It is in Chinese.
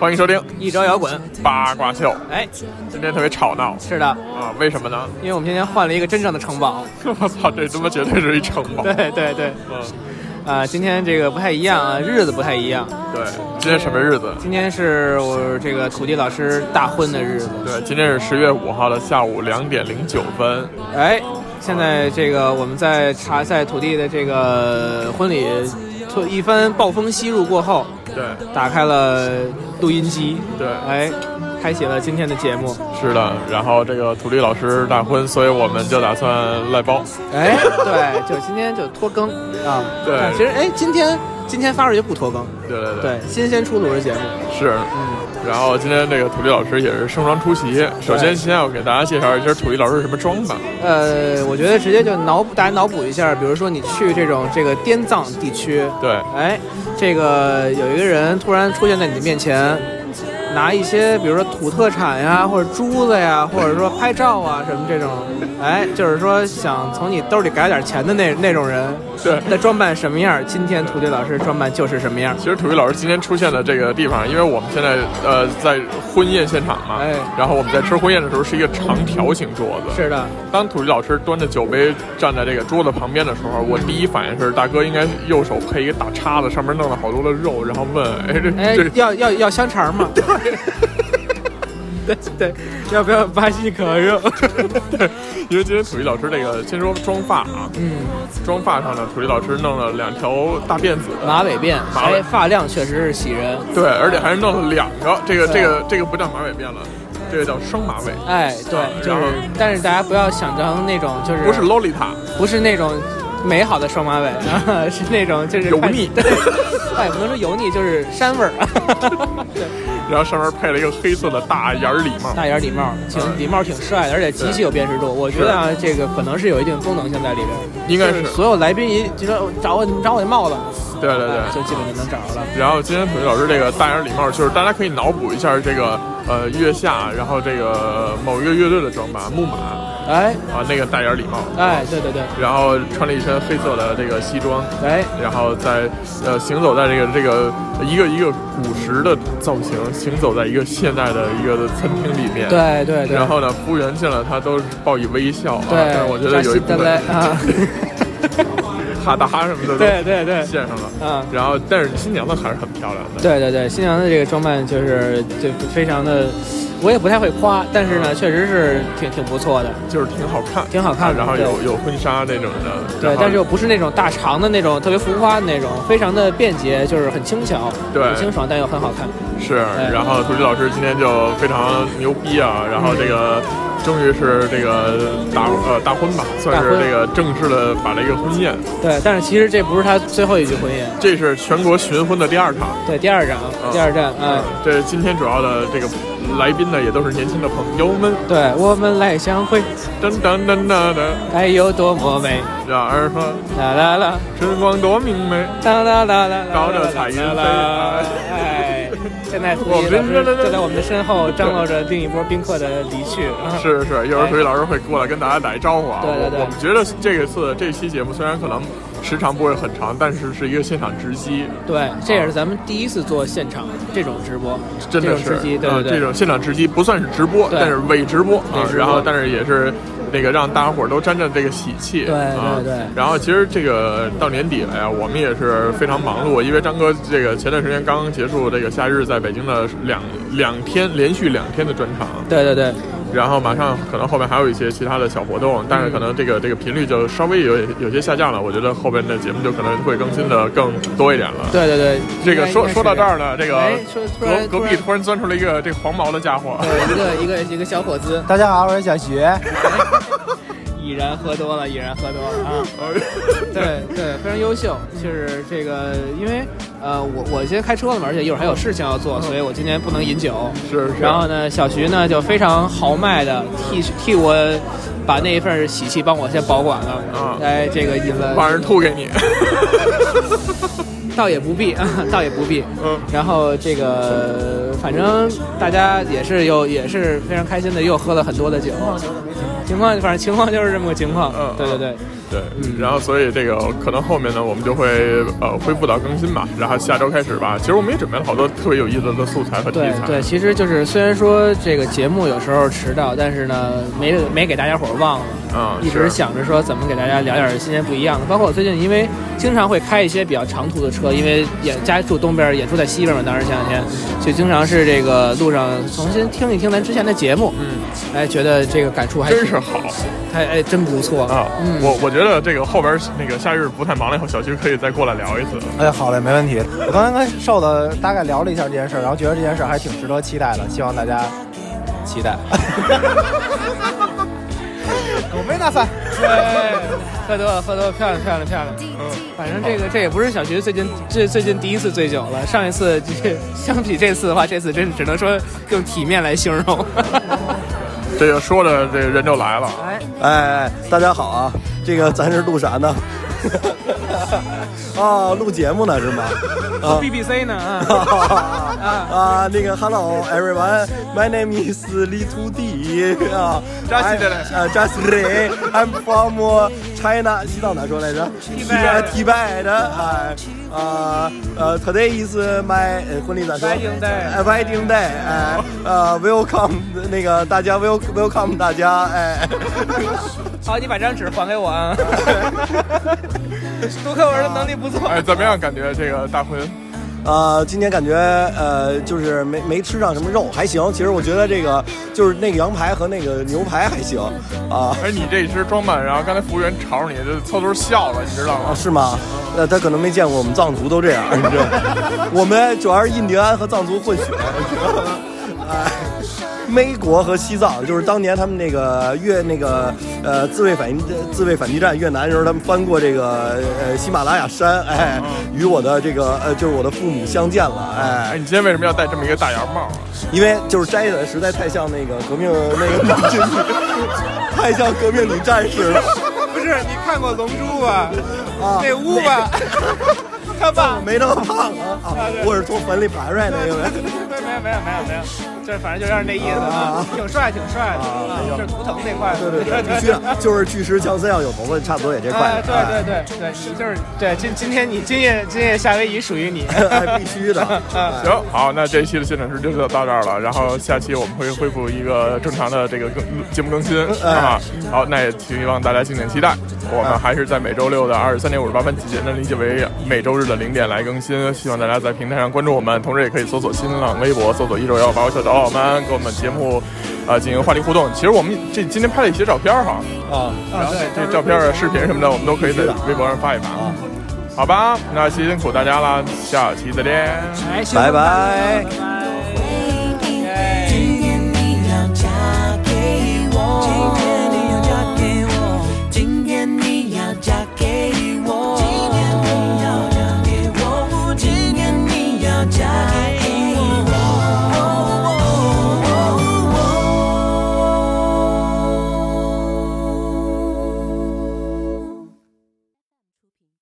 欢迎收听一周摇滚，八卦秀。哎，今天特别吵闹是的，啊，为什么呢？ 因为我们今天换了一个真正的城堡。 我操，这他妈绝对是一城堡。对对对，嗯，啊、今天这个不太一样啊，日子不太一样。对，今天什么日子？今天是我这个土地老师大婚的日子。对，今天是十月五号的下午两点零九分。哎，现在这个我们在查赛土地的这个婚礼，做一番暴风吸入过后，对，打开了录音机，对哎，开启了今天的节目。是的。然后这个土地老师大婚，所以我们就打算赖包。 哎，对，就今天就拖更啊。对但其实哎，今天今天发出去就不拖更，对对对，新鲜出炉的节目。是。嗯然后今天这个土地老师也是盛装出席。首先，先要给大家介绍一下土地老师是什么装法。呃，我觉得直接就脑补，大家脑补一下，比如说你去这种这个滇藏地区，对，哎，这个有一个人突然出现在你的面前，拿一些比如说土特产呀，或者珠子呀，或者说拍照啊什么这种，哎，就是说想从你兜里改点钱的那那种人，对。那装扮什么样？今天土地老师装扮就是什么样。其实土地老师今天出现的这个地方，因为我们现在呃在婚宴现场嘛，哎然后我们在吃婚宴的时候是一个长条形桌子。是的，当土地老师端着酒杯站在这个桌子旁边的时候，我第一反应是大哥应该右手配一个大叉子，上面弄了好多的肉，然后问，哎这哎这，要要要香肠吗？ 对对，要不要巴西可乐？对， 因为今天土地老师这个先说妆发啊，嗯。妆发上呢，土地老师弄了两条大辫子。马尾辫，马尾哎，发量确实是喜人。对，而且还是弄了两个，这个对这个这个不叫马尾辫了，这个叫双马尾，哎，对，就是，但是大家不要想成那种就是不是洛丽塔，不是那种美好的双马尾， 是那种就是油腻 对，哎，不能说油腻，就是膻味儿。 对，然后上面配了一个黑色的大檐儿礼帽。大眼礼帽，挺嗯礼帽挺帅的，而且极其有辨识度。我觉得啊，这个可能是有一定功能性在里边。应该是就所有来宾一就说找我，你们找我的帽子，对对哎对。就基本就能找着了。然后今天土地老师这个大檐礼帽，就是大家可以脑补一下这个呃月下，然后这个某一个乐队的装扮，木马啊哎，那个大檐礼帽，哎，对对对，然后穿了一身黑色的这个西装，哎，然后在呃行走在这个这个一个一个古时的造型，行走在一个现代的一个餐厅里面。。对对对。然后呢，服务员见了他都是报以微笑啊，对，但是我觉得有一部扎西德莱分啊， 哈达哈什么的都对对对，献上了。嗯。然后，但是新娘子还是很漂亮的。对对对，新娘的这个装扮就是就非常的，我也不太会夸，但是嗯呢，确实是挺挺不错的，就是挺好看，啊挺好看的然后对有有婚纱那种的，然对，后但是又不是那种大长的那种特别浮夸的那种，非常的便捷，就是很轻巧，对很清爽，但又很好看。是，哎然后涂志老师今天就非常牛逼啊，然后这个终于是这个大呃大婚吧，算是嗯大婚这个正式的把这个婚宴，对，但是其实这不是他最后一句婚宴，这是全国巡婚的第二场，对，第二章，第二站，嗯，这今天主要的这个来宾呢也都是年轻的朋友们，对我们来相会，噔噔噔噔噔，爱有多么美，然而说啦啦啦，春光多明媚，啦啦啦啦啦，高着彩云飞啦，哎，现在土我地们老师就在我们的身后张罗着另一波宾客的离去，啊是是，一会儿土地老师会过来跟大家打一招呼啊。对对对我我们觉得这个次这期节目虽然可能时长不会很长，但是是一个现场直击，对，这也是咱们第一次做现场这种直播，真的这是种直击，对呃对对，这种现场直击不算是直播，对但是伪直播啊伪直。播然后但是也是那个让大家伙儿都沾沾这个喜气。对啊对对然后其实这个到年底了呀，我们也是非常忙碌，因为张哥这个前段时间刚刚结束这个夏日在北京的两两天连续两天的专场。对对对，然后马上可能后面还有一些其他的小活动，但是可能这个这个频率就稍微有有些下降了。我觉得后边的节目就可能会更新的更多一点了。对对对，这个应该说说到这，儿应呢，这个哎说突然隔隔壁突然突然钻出来一个这黄毛的家伙该，是对，一个一个一个小伙子，大家好，我是小徐。 已然喝多了，已然喝多 了啊。哦对对，非常优秀。就是这个，因为呃，我我今天开车了嘛，而且一会儿还有事情要做，所以我今天不能饮酒。是是。然后呢，小徐呢就非常豪迈的替替我把那一份喜气帮我先保管了。啊哎，这个饮了，把人吐给你，倒也不必 啊，倒也不必。嗯，然后这个，反正大家也是有，也是非常开心的，又喝了很多的酒。情况，反正情况就是这么个情况。 嗯对对对。嗯对，然后所以这个可能后面呢，我们就会呃恢复到更新吧。然后下周开始吧，其实我们也准备了好多特别有意思的素材和题对材。对，其实就是虽然说这个节目有时候迟到，但是呢，没没给大家伙儿忘了，嗯，一直是想着说怎么给大家聊点儿今年不一样的。包括我最近因为经常会开一些比较长途的车，因为演家住东边儿，演出在西边儿嘛，当时前两天就经常是这个路上重新听一听咱之前的节目，嗯，哎，觉得这个感触还真挺是好还哎真不错啊！嗯，我我觉得这个后边那个夏日不太忙了以后，小徐可以再过来聊一次。哎，好嘞，没问题。我刚才跟瘦子大概聊了一下这件事儿，然后觉得这件事儿还挺值得期待的，希望大家期待。 我没纳赛，对，喝多了，喝多了，漂亮，漂亮，漂亮。反正这个这也不是小徐最近最最近第一次醉酒了，上一次这相比这次的话，这次真只能说用体面来形容。这个说着，这个人就来了。哎，大家好啊！这个咱是录啥呢？ 啊，录节目呢是吗？啊 BBC 呢啊， 啊，那个 Hello everyone, my name is Li Tu Di 啊 Just Li I- 啊 Just Li, I'm from China，西藏哪说来着？ Tibet 提拜的啊啊呃，Today is my 呃婚礼咋说 Wedding day 哎 Wedding day，哎呃，Welcome 那个大家 Wel Welcome 大家哎。好，你把张纸还给我啊。杜克文的能力不错，哎，怎么样？感觉这个大婚呃，今天感觉呃，就是没没吃上什么肉，还行。其实我觉得这个就是那个羊排和那个牛排还行啊、哎，你这一身装扮，然后刚才服务员朝着你就偷偷笑了，你知道啊，吗？是吗？呃，他可能没见过我们藏族都这样，你知道吗？我们主要是印第安和藏族混血，你知道吗？哎美国和西藏，就是当年他们那个越那个呃自卫反自卫反击战越南的时候，他们翻过这个呃喜马拉雅山，哎，与我的这个呃就是我的父母相见了，哎哎，，你今天为什么要戴这么一个大羊帽啊？因为就是摘的实在太像那个革命那个 女战士，太像革命女战士了。不是你看过《龙珠》吧？啊那屋吧，他爸我没那么胖啊，啊我是从坟里爬出来的，因为没有没有没有没有没有，这反正就是那意思啊，挺帅挺帅的啊，就是图腾那块，对对对，必须的，就是巨石强森要有头发，差不多也这块哎，儿。对对对对，你就是对今今天你今夜今夜夏威夷属于你。对，哎，必须的。哎行，好，那这一期的现场时就到这儿了，然后下期我们会恢复一个正常的这个更嗯节目更新啊。好，那也希望大家敬请期待。我们还是在每周六的二十三点五十八分，简单理解为每周日的零点来更新。希望大家在平台上关注我们，同时也可以搜索新浪微博，搜索一周幺八五小找我们，跟我们节目啊进行话题互动。其实我们这今天拍了一些照片哈，啊，然后这照片啊、视频什么的，我们都可以在微博上发一发。啊好吧，那辛苦大家了，下期再见。哎，新拜婚快乐拜拜拜。 「